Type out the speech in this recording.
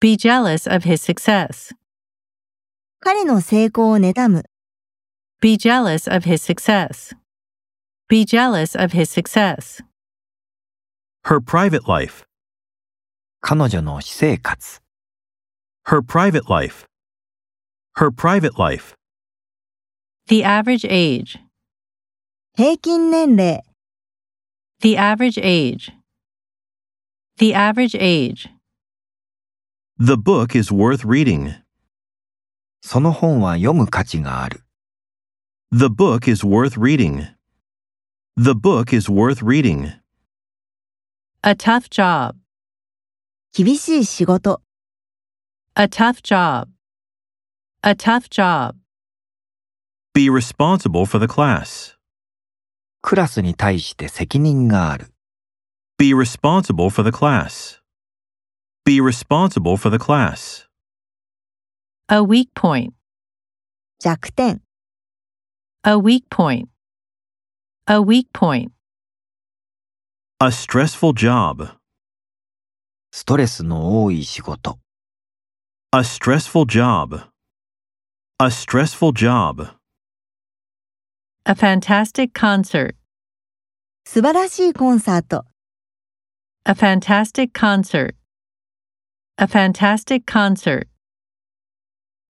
Be jealous of his success. 彼の成功を妬む。 Be jealous of his success. Be jealous of his success. Her private life. 彼女の私生活、 Her private life. Her private life. The average age. 平均年齢。 The average age. The average age. The book is worth reading. その本は読む価値がある。 The book is worth reading. The book is worth reading. A tough job. 厳しい仕事。 A tough job. A tough job. Be responsible for the class. クラスに対して責任がある。 Be responsible for the class. Be responsible for the class. A weak point. 弱点。 A weak point. A weak point. A stressful job. ストレスの多い仕事。 A stressful job. A stressful job. A fantastic concert. 素晴らしいコンサート。 A fantastic concert. A fantastic concert.